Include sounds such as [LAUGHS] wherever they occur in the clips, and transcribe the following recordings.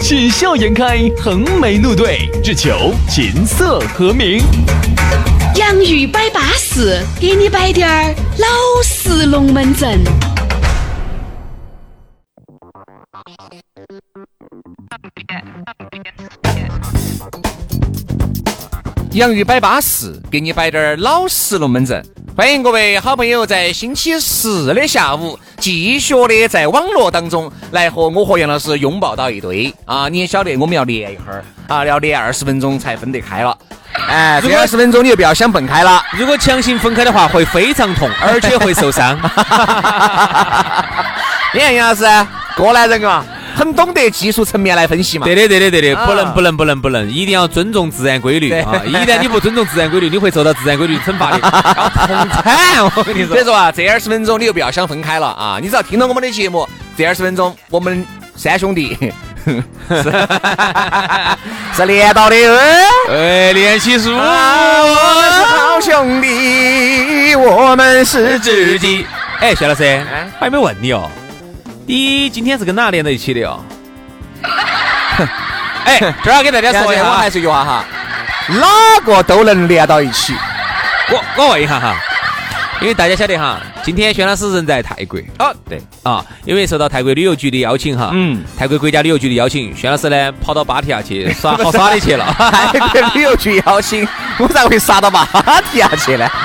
喜笑颜开，横眉怒对，只求琴瑟和鸣。洋芋摆巴士，给你摆点儿老式龙门阵。洋芋摆巴适，给你摆点儿老实龙门阵。欢迎各位好朋友在星期四的下午继续的在网络当中来和我和杨老师拥抱到一堆啊！你也晓得我们要连一会儿啊，要连二十分钟才分得开了。哎，这二十分钟你就不要想蹦开了。如果强行分开的话，会非常 [LAUGHS] 痛，而且会受伤。你看杨老师，过来人啊，很懂得技术层面来分析嘛。对的，对的，对的，啊不能，不能，不能，不能，一定要尊重自然规律对 [LAUGHS] 啊！一旦你不尊重自然规律，你会受到自然规律惩罚的，要痛惨！我跟你说所以，说啊，这二十分钟你就不要想分开了啊！你只要听到我们的节目，这二十分钟我们三兄弟 [LAUGHS] 是是连 [LAUGHS] 到的。哎，练习书，啊，我们是好兄弟，我们是啊知己。己。哎，薛老师，哎我还没问你哦，你今天是跟哪连到一起的哦？ [LAUGHS] 哎，这儿要给大家说说一我下 [LAUGHS] 还，是一句话哈，哪个都能连到一起。我我问一下哈，因为大家晓得哈，今天薛老师人在泰国。哦，对啊，因为受到泰国旅游局的邀请哈，嗯嗯，泰国国家旅游局的邀请，薛老师呢跑到芭提雅去 [LAUGHS] 耍好耍的去了。泰国旅游局邀请，我咋会杀到芭啊提雅去呢？ [LAUGHS]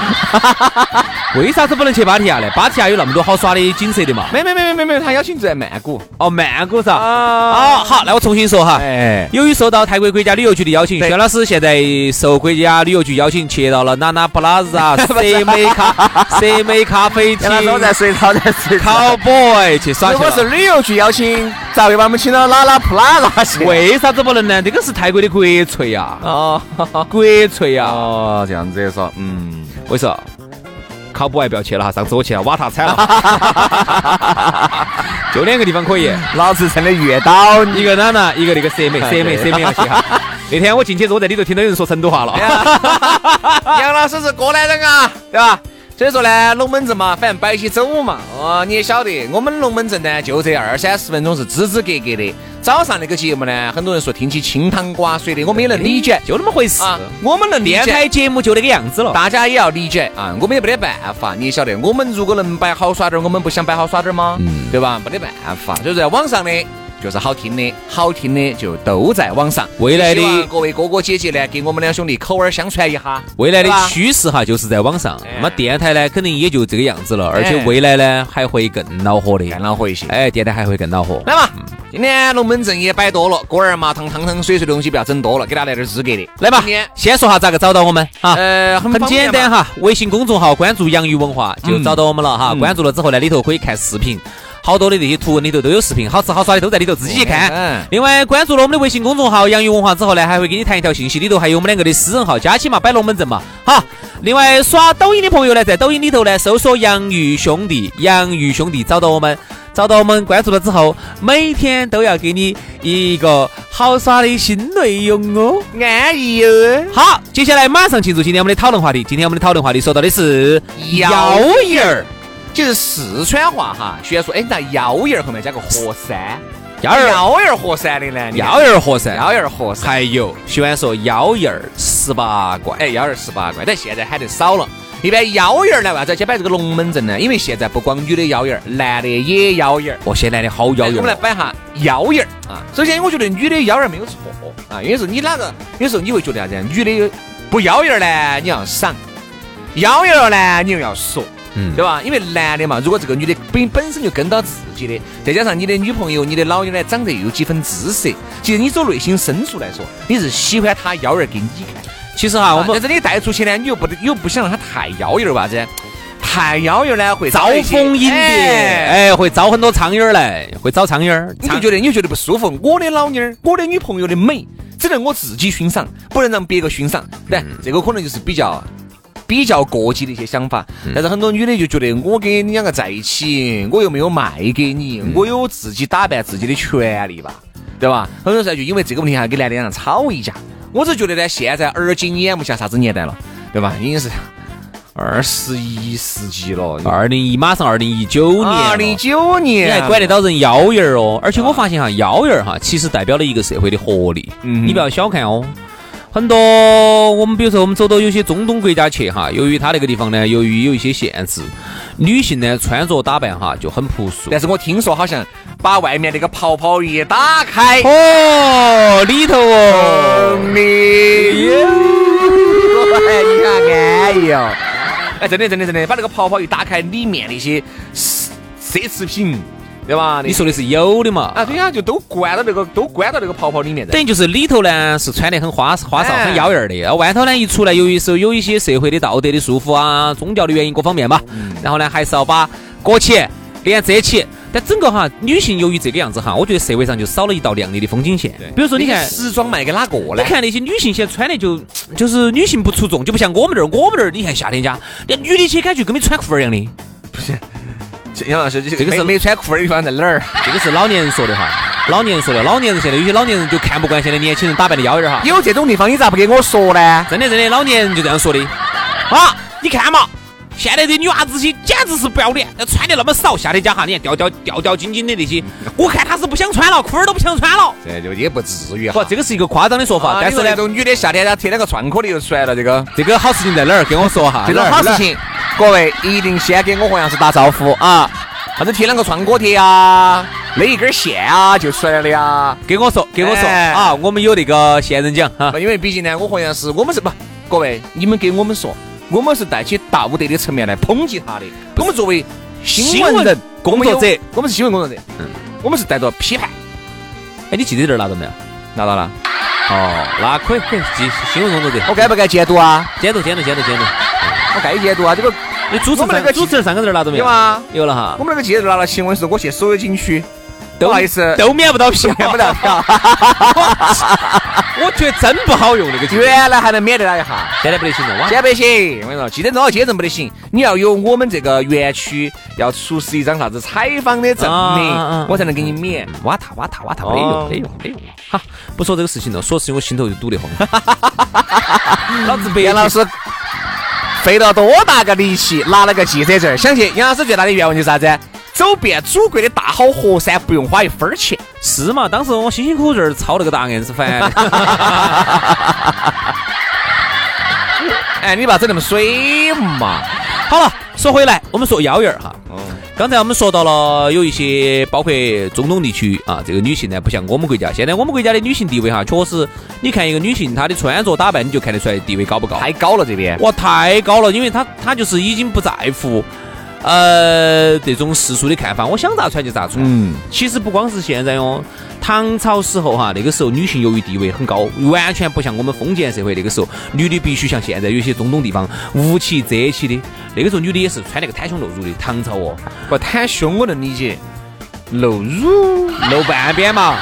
为啥子不能去芭提雅呢？芭提雅有那么多好耍的景色的嘛。没没没没没，他邀请在曼谷。哦，曼谷噻。啊哦，，好，那我重新说哈。哎，由于受到泰国国家旅游局的邀请，对薛老师现在受国家旅游局邀请，去到了娜娜布拉 [LAUGHS] 扎、蛇美咖、蛇美咖啡厅杨、老师我在睡着，我在睡着。 Cowboy 去耍如去果是了。旅游局邀请，咋会把我们请到拉拉普拉拉去？为啥子不能呢？这个是泰国的国粹呀，啊哦国粹啊呀。哦，这样子说，嗯。我说，考普还不要去了哈，上次我去啊了，瓦塔惨 [LAUGHS] 了，就两个地方可以，老子真的遇到你。一个哪哪，一个那个蛇美，啊蛇美，蛇美要去 [LAUGHS] 哈。那天我进去之后，在里头听到有人说成都哎话了， [LAUGHS] 杨老师是过来人啊， [LAUGHS] 对吧？所以说呢，龙门阵嘛，反正摆起走嘛。哦，你也晓得，我们龙门阵呢，就这二三十分钟是支支格格的。早上那个节目呢，很多人说听起清汤寡水的，我们也能理解就那么回事。啊，我们能理 [LAUGHS] 电台解。节目就那个样子了。大家也要理解啊，我们也没得办法，你也晓得，我们如果能摆好耍点儿，我们不想摆好耍点儿吗？嗯对吧？没得办法，所以说在网上的就是好听的，好听的就都在网上。未来的希望各位哥哥姐姐呢，给我们两兄弟口耳相传一下。未来的对吧趋势哈，就是在网上。那么电台呢，肯定也就这个样子了，而且哎未来呢还会更恼火的。干恼火一些。哎，电台还会更恼火。来嘛，今天龙门阵也摆多了，锅儿麻汤汤汤水水的东西不要整多了，给大家来点资格的。来吧今天，先说下咋个找到我们啊？呃，很很方简便嘛单。哈，微信公众号关注“洋芋文化”就找到我们了哈。嗯关注了之后呢，里头可以看视频，好多的这些图文里头都有视频，好吃好耍的都在里头，自己去看。嗯，另外，关注了我们的微信公众号“洋芋文化”之后呢，还会给你弹一条信息，里头还有我们两个的私人号，加起嘛，摆龙门阵嘛。好，另外刷抖音的朋友呢，在抖音里头呢搜索“洋芋兄弟”，洋芋兄弟找到我们，找到我们关注了之后，每天都要给你一个好耍的新内容哦。安逸哟。好，接下来马上进入今天我们的讨论话题。今天我们的讨论话题说到的是妖艳儿，就是四川话哈，虽然说哎，那幺爷儿后面加个河山，妖儿，幺爷儿河山的呢？妖艳儿和噻，幺爷儿河山。还有喜欢说妖艳儿十八怪，哎，幺儿十八怪，但现在喊得少了。一般幺爷儿呢，为啥子要去摆这个龙门阵呢？因为现在不光女的幺爷儿，男的也幺爷儿。哦，现在的好妖哎我艳们来儿，摆哈妖艳儿啊。首先，我觉得女的妖艳儿没有错啊，有时候你哪个，有时候你会觉得啥子？女的不妖艳儿呢，你要赏；妖艳儿呢，你又要说，嗯对，吧？因为男的嘛，如果这个女的本本身就跟到自己的，再加上你的女朋友、你的老友呢，长得又有几分姿色，其实你走内心深处来说，你是喜欢她妖艳儿给你看。其实哈，我啊但们是你带出去呢，你又不得，又不想让她太妖艳儿，为啥子？太妖艳儿呢会招蜂引蝶，哎哎，会招很多苍蝇儿来，会招苍蝇儿，你就苍觉得你就觉得不舒服。我的老妞儿，我的女朋友的美，只能我自己欣赏，不能让别个欣赏。但嗯这个可能就是比较。比较过激的一些想法，嗯但是很多女的就觉得我跟你两个在一起，我又没有卖给你，嗯我有自己打扮自己的权利吧，对吧？很多时候就因为这个问题还跟男的两个吵一架。我只觉得呢，现在而今眼不下啥子年代了，对吧？已经是二十一世纪了，二零一马上二零一九年了，二零一九你年还管得到人腰眼儿哦。而且我发现哈，腰眼儿哈，其实代表了一个社会的活力。嗯你不要小看哦。很多我们比如说我们走到有些中东国家去哈，由于它那个地方呢，由于有一些限制，女性呢穿着打扮哈就很朴素。但是我听说好像把外面那个泡泡一打开，哦，里头哦，你，哎呀，安逸哦！ [LAUGHS] 哎，真的真的真的，把那个泡泡一打开，里面那些奢奢侈品，对吧？你说的是有的嘛？啊，对呀、就都关到那个都关到那个泡泡里面的等。于就是里头呢是穿得很花花哨、哎很妖艳儿的，然后外头呢一出来，由于是有一些社会的道德的束缚啊、宗教的原因各方面嘛，然后呢还是要把裹起、脸遮起。但整个哈，女性由于这个样子哈，我觉得社会上就少了一道亮丽的风景线。比如说，你那看些时装卖给哪个你呢？看那些女性现在穿的就就是女性不出众，就不像我们这儿，我们这儿你看夏天家，那女的去感觉跟没穿裤儿一样 [LAUGHS] 的。杨老师，这个个是是没穿裤儿的地方在哪儿？这个是老年人说的哈，老年人说的，老年人现在有些老年人就看不惯现在年轻人打扮的妖艳儿哈。 [LAUGHS] 有这种地方你咋不给我说 [LAUGHS] 呢？真的真的，老年人就这样说的。啊，你看嘛，现在的女娃子些简直是不要脸，那穿的那么少，夏天家哈，你看吊吊吊吊紧紧的那些，我看她是不想穿了，裤儿都不想穿了。这哎就也不至于不，这个是一个夸张的说法，啊但你说是那呢，种女的夏天她贴两个创可贴又出来了，这个这个好事情在哪儿？跟我说哈，这种哪儿好事。情，各位一定先给我和杨师打招呼啊！啥子贴两个创可贴啊，勒一根线啊，就出来了呀。给我说，给我说哎啊！我们有那个仙人掌哈，不因为毕竟呢，我和杨师，我们是不，各位你们给我们说，我们是带起道德的层面来抨击他的。我们作为新闻人工作者，我们是新闻工作者，嗯，我们是带着批判。哎，你记得这儿拿到没有？拿到了，哦，那可以可以，记新闻工作者，我该不该监督啊？监督监督监督监督。我该监督啊！这个你主持我们那个人主持人三个字儿拿到没有啊有？吗？有了哈我，们那个记者拿了新闻是我去所有景区，都不好意思，都 [LAUGHS] 免不到票， [LAUGHS] 免不了票，我觉得真不好用那个。原来还能免得了一下。现在不得行了，哇！先别行，我跟你说，记得到接证不得行，你要有我们这个园区要出示一张啥子采访的证啊啊啊明，我才能给你免。挖他挖他挖啊他，没哦用没用没用。哈，不说这个事情了，说事情我心头就堵得慌。 [LAUGHS] 老子白杨老老师，师费了多大个力气拿了个记者证，相信杨老师最大的愿望就是啥子？走遍祖国的大好河山，不用花一分儿钱。是嘛？当时我辛辛苦苦在这儿抄那个答案是烦 [LAUGHS] 的。哎，你把整那么水嘛？好了，说回来，我们说妖艳儿哈。刚才我们说到了有一些包括中东地区啊，这个女性呢不像我们国家，现在我们国家的女性地位哈，确实，你看一个女性她的穿着打扮，你就看得出来地位高不高。太高了这边。哇，太高了，因为他他就是已经不在乎，呃，这种世俗的看法，我想咋穿就咋穿。嗯，其实不光是现在哦，唐朝时候哈，那个时候女性由于地位很高，完全不像我们封建社会那个时候，女的必须像现在有些中东地方捂起遮起的，那个时候女的也是穿那个袒胸露乳的。唐朝哦，不袒胸我能理解，露乳露半边嘛，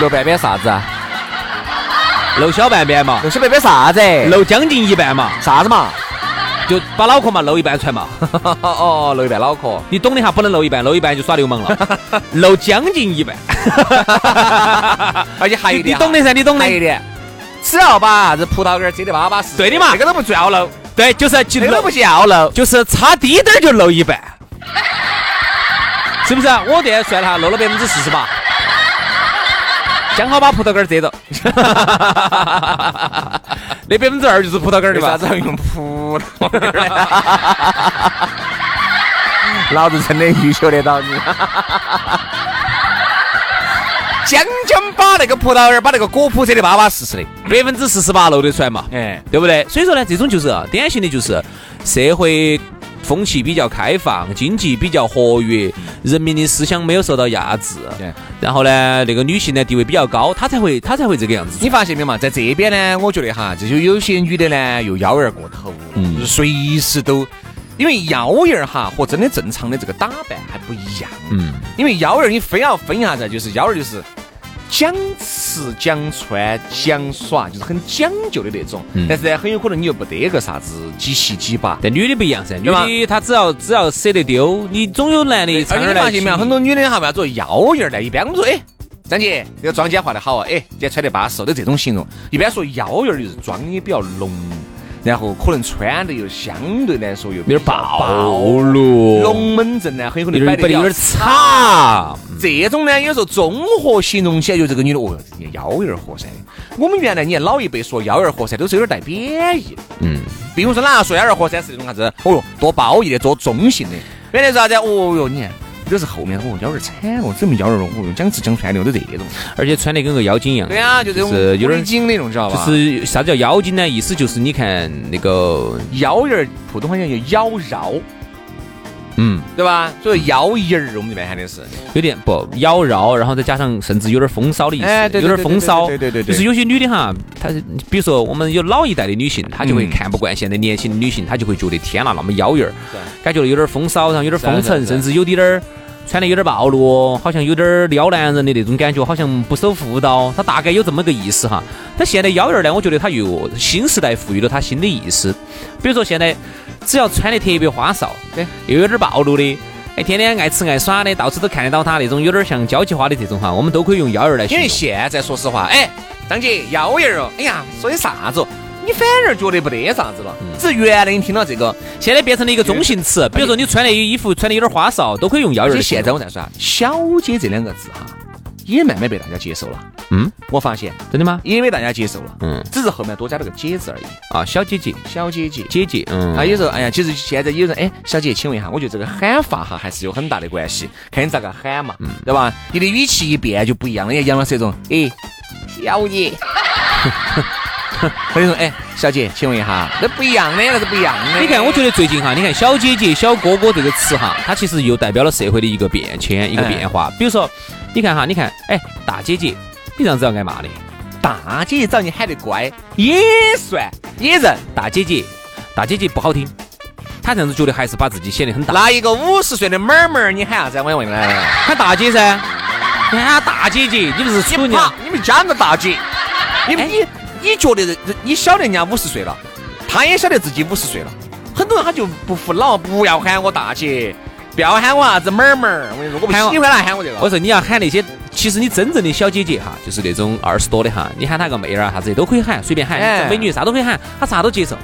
露半边啥子啊？露小半边嘛，露小半边啥子？露将近一半嘛，啥子嘛？就把脑壳嘛露一半穿嘛，哦哦，露一半脑壳。你懂的哈，不能露一半，露一半就耍流氓了， [LAUGHS] 露将近一半。而且还有一你点你哈懂的噻，你懂的还。有一点，只要把啥子葡萄干儿遮得巴巴适适，对的嘛这个都不叫漏，对，就是就这个都露不，叫漏。就是差低点儿就露一 [LAUGHS] 半，是不是啊、我这样算了哈，露了百分之四十八，刚好把葡萄干儿遮 [LAUGHS] 到，那百分之二就是葡萄干儿的为啥吧？子要用葡萄干儿？ [LAUGHS] 老子真的预求得到你。将将把那个葡萄干儿，把那个果脯遮得巴巴适适的。百分之四十八露得出来嘛？哎，对不对？所以说呢，这种就是啊典型的，就是社会风气比较开放，经济比较活跃，人民的思想没有受到压制对。然后呢，那个女性呢地位比较高，她才会她才会这个样子。你发现没有嘛？在这边呢，我觉得哈，这就有些女的呢又妖艳儿过头，嗯，随时都，因为妖艳儿哈和真的正常的这个打扮还不一样，嗯，因为幺儿你非要分一下子，就是幺儿就是讲吃讲穿讲耍，就是很讲究的那种。但是呢，很有可能你又不得个啥子几七几八。但女的不一样噻，女对吧的她只要只要舍得丢，你总有男的而差且点儿你哎来发现没有，很多女的哈为啥子妖艳儿呢？一般我们说，哎，张姐，这个妆姐化得好啊，哎，今天穿得巴适哦，都这种形容。一般说妖艳儿就是妆也比较浓，然后可能穿得又相对来说又有有点暴露，龙门阵呢，很有可有能摆点摆得比的较有点。差。这种呢，有时候综合形容起来，就这个女的，哦，妖艳儿活塞。我们原来你看老一辈说妖艳儿活塞，都是有点带贬义的。嗯，比如说哪个说妖艳儿活塞是那种啥子？哦哟，多褒义的，多中性的。原来是啥子？哦哟，你看。都是后面哦，妖儿惨哦，这么妖儿哦，哦哟，讲吃讲穿的，都这种。而且穿得跟个妖精一样。对啊，就这种就是有点狐狸精那种，知道吧？就是啥叫妖精呢？意思就是你看那个，妖艳儿，普通话讲叫妖娆，嗯，对吧？所以妖艳儿，我们这边喊的是。有点不妖娆，然后再加上甚至有点风骚的意思，哎对对有点风骚，对对对对对对就是有些女的哈，她比如说我们有老一代的女性，她就会嗯看不惯现在年轻的女性，她就会觉得天呐，那么妖艳儿对，感觉有点风骚，然后有点风是啊是啊尘，是啊甚至有点儿。穿的有点暴露，好像有点儿撩男人的那种感觉，好像不守妇道，她大概有这么个意思哈。但现在妖艳儿呢，我觉得她又新时代赋予了她新的意思，比如说现在只要穿的特别花哨，对，又有点暴露的，哎，天天爱吃爱耍的，到处都看得到她那种，有点像交际花的这种哈，我们都可以用幺儿来形因为容。现在说实话，哎，张姐，妖艳儿哦，哎呀，说的啥子哦？你反而觉得不得啥子了。只原来你听到这个，现在变成了一个中性词，比如说你穿的衣服穿的有点花哨，都可以用幺而儿且来现形在容。我在说啊，小姐这两个字哈，也慢慢被大家接受了。嗯，我发现真的吗？也被大家接受了，嗯只是后面多加了个姐字而已。啊，小姐姐，小姐姐。姐姐，嗯，啊，有时候，哎呀，其实现在有人，哎，小姐，请问一下，我觉得这个喊法哈还是有很大的关系，看你咋个喊嗯嘛，对吧？你的语气一变就不一样了，人家杨老师这种，哎，小姐， [LAUGHS] 或者说，哎，小姐，请问一下，那不一样的，那是不一样的。你看，我觉得最近哈，你看“小姐姐”“小哥哥”这个词哈，它其实又代表了社会的一个变迁、一个哎变化。比如说，你看哈，你看，哎，大姐姐，你这样子要挨骂的。大姐只要你喊得乖，也算也认。大姐姐，大姐姐不好听，她这样子觉得还是把自己显得很大。拿一个五十岁的妹儿妹儿，你喊啥子？我也问你来来来，喊大姐噻，你喊她大姐姐，你不是处你女怕啊？你们家那个大姐，你哎你你觉得人你晓得人家五十岁了，他也晓得自己五十岁了，很多人他就不服老，不要喊我大姐，不要喊我啥子妹儿妹儿，我跟你说，我不喊我喜欢他喊我这我个。说你要喊那些，其实你真正的小姐姐哈，就是那种二十多的哈，你喊她个妹儿啊啥子的都可以喊，随便喊，哎美女啥都可以喊，她啥都接受。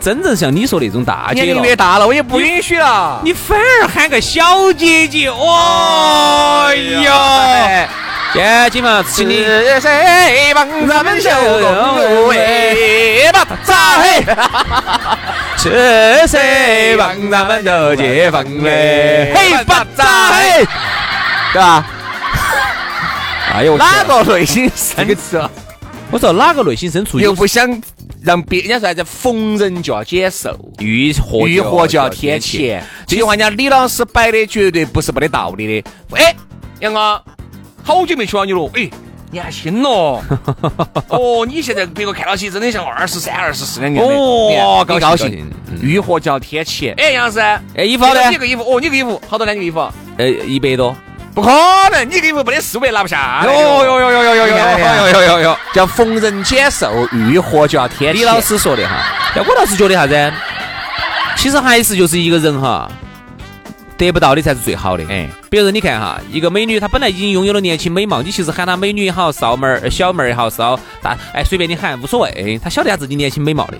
真正像你说那种大年姐龄了，越大了，我也不允许了。你反而喊个小姐姐，哦哟！哎姐姐嘛，请你是谁帮咱们守公主哎吧早嘿。是谁咱们都解放嘞嘿巴哎扎嘿，对吧？哎呦，我哪天哎个啊内心深处我说哪个内心深处又有不想让别人家说啥子逢人就要接受，欲火遇火就要哦贴钱。这句话人家李老师摆的绝对不是没得道理的。哎，杨哥，好久没瞧到你了，哎。你还轻 [LAUGHS] 咯！哦，你现在别个看到起真的像二十三、二十四两年的，哦你看你高高兴兴高兴嗯，遇火就要贴钱。哎，杨老师，哎，衣服好的，你个衣服，哦，你个衣服好多呢？你个衣服？呃，一百多。不可能，你个衣服没得四五百拿不下。哟哟哟哟哟哟哟哟哟哟哟！叫逢人接受，遇火就要天。李老，师说的哈，但我倒是觉得啥子？其实还是就是一个人哈，得不到的才是最好的。哎，比如说你看哈，一个美女，她本来已经拥有了年轻美貌，你其实喊她美女也好，少妹儿、呃小妹儿也好，少大，哎，随便你喊无所谓，她晓得她自己年轻美貌的。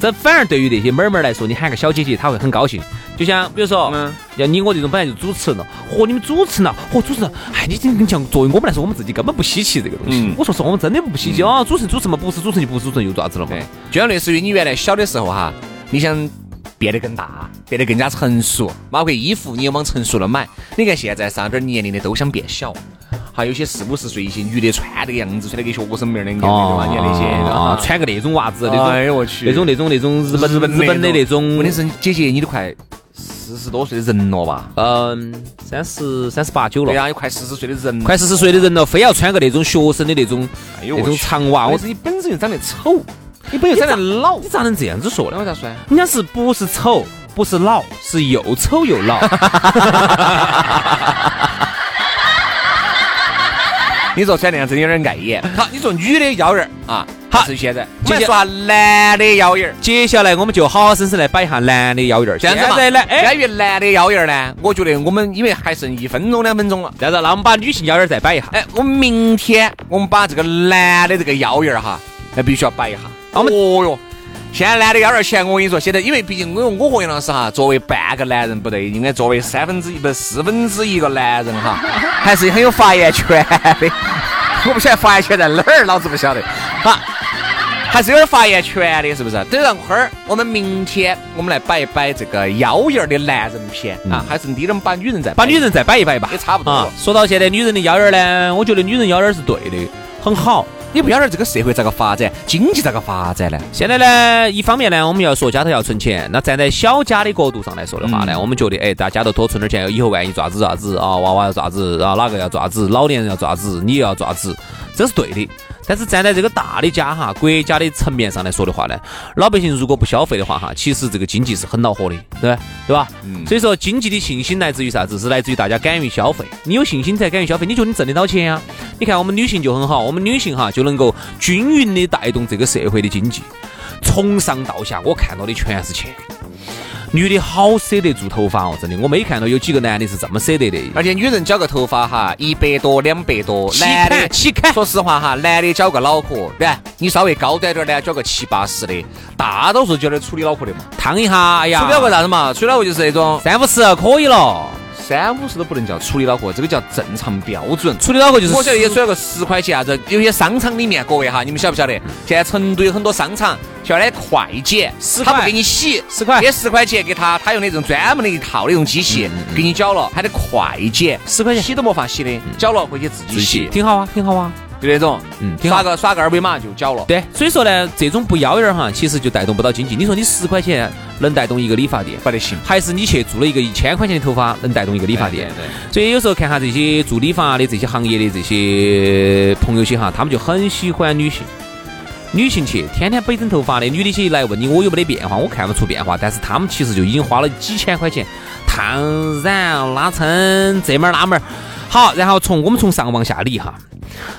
这反而对于那些妹儿妹儿来说，你喊个小姐姐，她会很高兴。就像比如说，嗯像你我这种本来就主持人了，嚯，你们主持人啊，嚯，主持人，哎，你这你像作为我们来说，我们自己根本不稀奇这个东西。嗯我说实话，我们真的不稀奇啊、哦主持人主持嘛，不是主持人就不是主持人，又咋子了嘛？对，就像类似于你原来小的时候哈，你想变得更大，变得更加成熟，买个衣服你也往成熟了买。你看现在上点儿年龄的都想变小。还有些四五十岁一些女的穿那个样子，穿那个学生妹儿那个样子，对吧？你看那些啊啊，穿个那种袜子，那种哎呦我去那种那种那种日本日本的那种，问题是姐姐，你都快四十多岁的人了吧？嗯三十三十八九对啊了，呀、有快四十岁的人了，快四十岁的人了，非要穿个那种学生的那种哎呦那我种去长袜，我我是你本身就长得丑，你本身就就长长得得老，你咋能这样子说呢那？我咋说呢？人家是不是丑，不是老，是又丑又老。你说穿那样真有点碍眼。好， [LAUGHS] 你说女的腰眼儿啊，好是现在，我姐们姐说下男的腰眼儿。接下来我们就好好生生来摆一下男的腰眼儿。这样子嘛现在呢，哎，关于男的腰眼儿呢，我觉得我们因为还剩一分钟两分钟了。这样子，那我们把女性腰眼儿再摆一下。哎，我们明天我们把这个男的这个腰眼儿哈，那必须要摆一下。我们哦哟，现在男的腰眼儿现在我跟你说，现在因为毕竟我我和杨老师哈，作为半个男人不对，应该作为三分之一不是四分之一个男人哈， [LAUGHS] 还是很有发言权的。 [LAUGHS] 我不晓得发言权在哪儿，老子不晓得。哈，还是有点发言权的，是不是？等让会儿我们明天我们来摆一摆这个腰眼儿的男人篇啊，还是低点把女人再把女人再摆一摆吧也。差不多了啊，。说到现在女人的腰眼儿呢，我觉得女人腰眼儿是对的，很好。你不晓得这个社会咋个发展，经济咋个发展呢？现在呢，一方面呢，我们要说家头要存钱。那站在小家的角度上来说的话呢，我们觉得，哎，大家都多存点钱，以后万一爪子爪子啊，娃娃要爪子啊，哪个要爪子，老年人要爪子，你也要爪子，这是对的。但是站在这个大的家哈，国家的层面上来说的话呢，老百姓如果不消费的话哈，其实这个经济是很恼火的，对吧？对吧？嗯所以说，经济的信心来自于啥子？是来自于大家敢于消费。你有信心才敢于消费，你就能挣得到钱呀、啊你看我们女性就很好，我们女性哈就能够均匀的带动这个社会的经济。从上到下，我看到的全是钱。女的好舍得做头发哦，真的，我没看到有几个男的是这么舍得的。而且女人绞个头发哈，一百多、两百多，起男砍的起砍说实话哈，男的绞个脑壳，对，你稍微高端点儿呢，绞个七八十的，大多数绞点处理脑壳的嘛。烫一下，哎处理脑壳呀，啥子嘛？处理脑壳就是那种三五十可以了。三五十都不能叫处理脑壳，这个叫正常标准。处理脑壳就是我晓得也出来个十块钱啥子，有些商场里面，各位哈，你们晓不晓得？现在成都有很多商场，晓得快剪，十他块不给你洗，十块嗯给十块钱给他，他用那种专门的一套的那种机器给你绞了，他的快剪，十块钱嗯洗都没法洗的，绞了回去自己自己洗，挺好啊，挺好啊。就那种，嗯挺好刷个刷个二维码就绞了。对，所以说呢，这种不腰眼儿哈，其实就带动不到经济。你说你十块钱能带动一个理发店，不得行，还是你去做了一个一千块钱的头发能带动一个理发店对对？所以有时候看下这些做理发的这些行业的这些朋友些哈，他们就很喜欢女性。女性去天天被整头发的，女的去来问你，我有没得变化？我看不出变化，但是他们其实就已经花了几千块钱烫染、拉伸，这门儿那门儿。好，然后从我们从上往下理哈，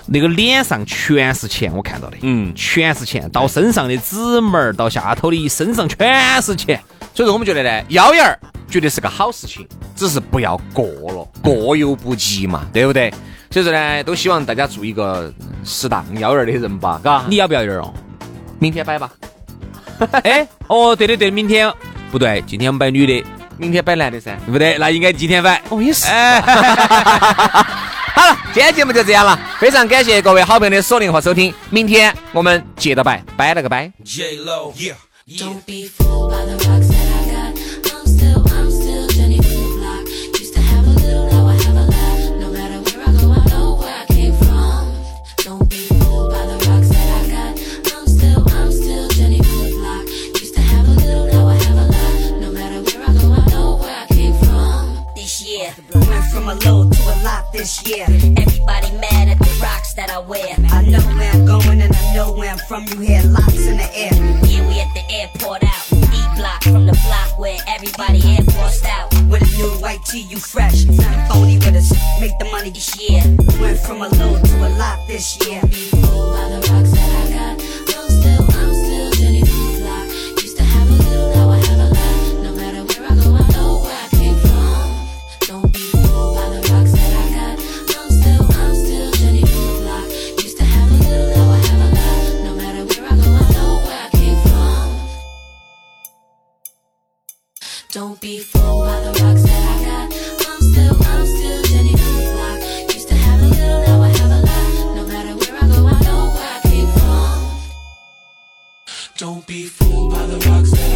那个脸上全是钱，我看到的，嗯全是钱，到身上的指拇儿，到下头的身上全是钱。所以说我们觉得呢，腰眼儿绝对是个好事情，只是不要过了，过犹不及嘛，对不对？所以说呢，都希望大家做一个适当腰眼儿的人吧，嘎。你要不要点儿哦？明天摆吧，哎，哦，对对对，明天不对，今天我们摆女的，明天摆男的噻。不对，那应该今天摆。哦，也是。哎， [LAUGHS] 好了，今天节目就这样了，非常感谢各位好朋友的锁定和收听，明天我们接着摆，拜了个拜。 J Lo, yeah, yeah. Don't be fooled by the rocks that I got. I'm still, I'm still Jenny from the block. Used to have a little, now I have a lot. No matter where I go, I know where I came from. Don't be fooled by the rocks that I got. I'm still, I'm still Jenny from the block. Used to have a little, now I have a lot. No matter where I go, I know where I came from. this year. Went from a low to a lot this year. Everybody mad at the rocks that I wear. I know where I'm going and I know where I'm from. You hear locks in the air. Yeah, we at the airport out. E block from the block where everybody air forced out. With a new white tee, you fresh. Not phony with us. Make the money this year. Went from a low to a lot this year. Fooled by the rocks that I got. I'm still, I'm still Jenny from the block. Used to have a little, now I have a lot. No matter where I go, I know where I came from. Don't be fooled by the rocks that I got. I'm still, I'm still Jenny from the block. Used to have a little, now I have a lot. No matter where I go, I know where I came from. Don't be fooled by the rocks that I got. I'm still, I'm still Jenny from the block. Used to have a little, now I have a lot. No matter where I go, I know where I came from. Don't be fooled by the rocks that I